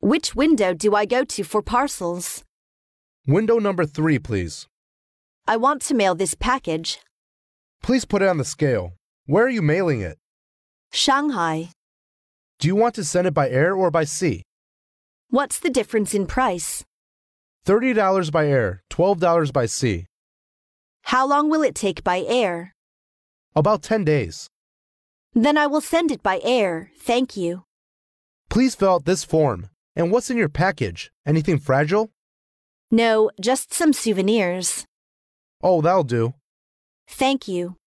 Which window do I go to for parcels? Window number three, please. I want to mail this package. Please put it on the scale. Where are you mailing it? Shanghai. Do you want to send it by air or by sea? What's the difference in price? $30 by air, $12 by sea. How long will it take by air? About 10 days. Then I will send it by air, thank you. Please fill out this form. And what's in your package? Anything fragile? No, just some souvenirs. Oh, that'll do. Thank you.